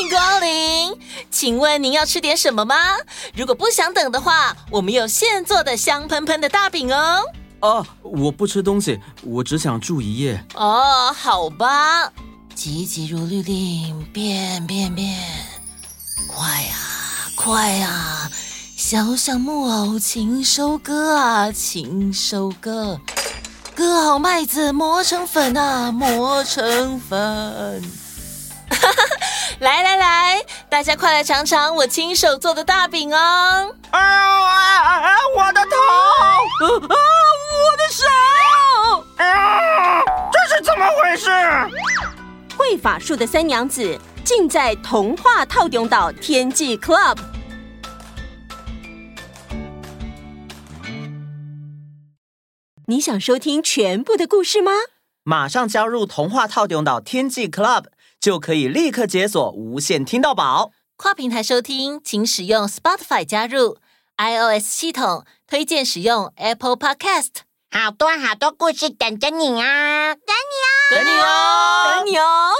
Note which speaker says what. Speaker 1: 迎光临，请问您要吃点什么吗？如果不想等的话，我们有现做的香喷喷的大饼哦。
Speaker 2: 哦，我不吃东西，我只想住一夜。
Speaker 1: 哦，好吧，急急如律令，变变变，快呀、快呀、小小木偶，请收割啊，请收割，割好麦子，磨成粉啊，磨成粉。 来来来，大家快来尝尝我亲手做的大饼哦！
Speaker 3: 哎呦哎哎哎！我的头！
Speaker 1: 啊，我的手！
Speaker 3: 哎呀，这是怎么回事？
Speaker 4: 会法术的三娘子尽在童话套用岛天际 Club。你想收听全部的故事吗？
Speaker 5: 马上加入童话套用岛天际 Club，就可以立刻解锁无限听到宝。
Speaker 1: 跨平台收听，请使用 Spotify 加入 iOS 系统，推荐使用 Apple Podcast。
Speaker 6: 好多好多故事等着你啊！
Speaker 1: 等你哦，
Speaker 4: 等你哦。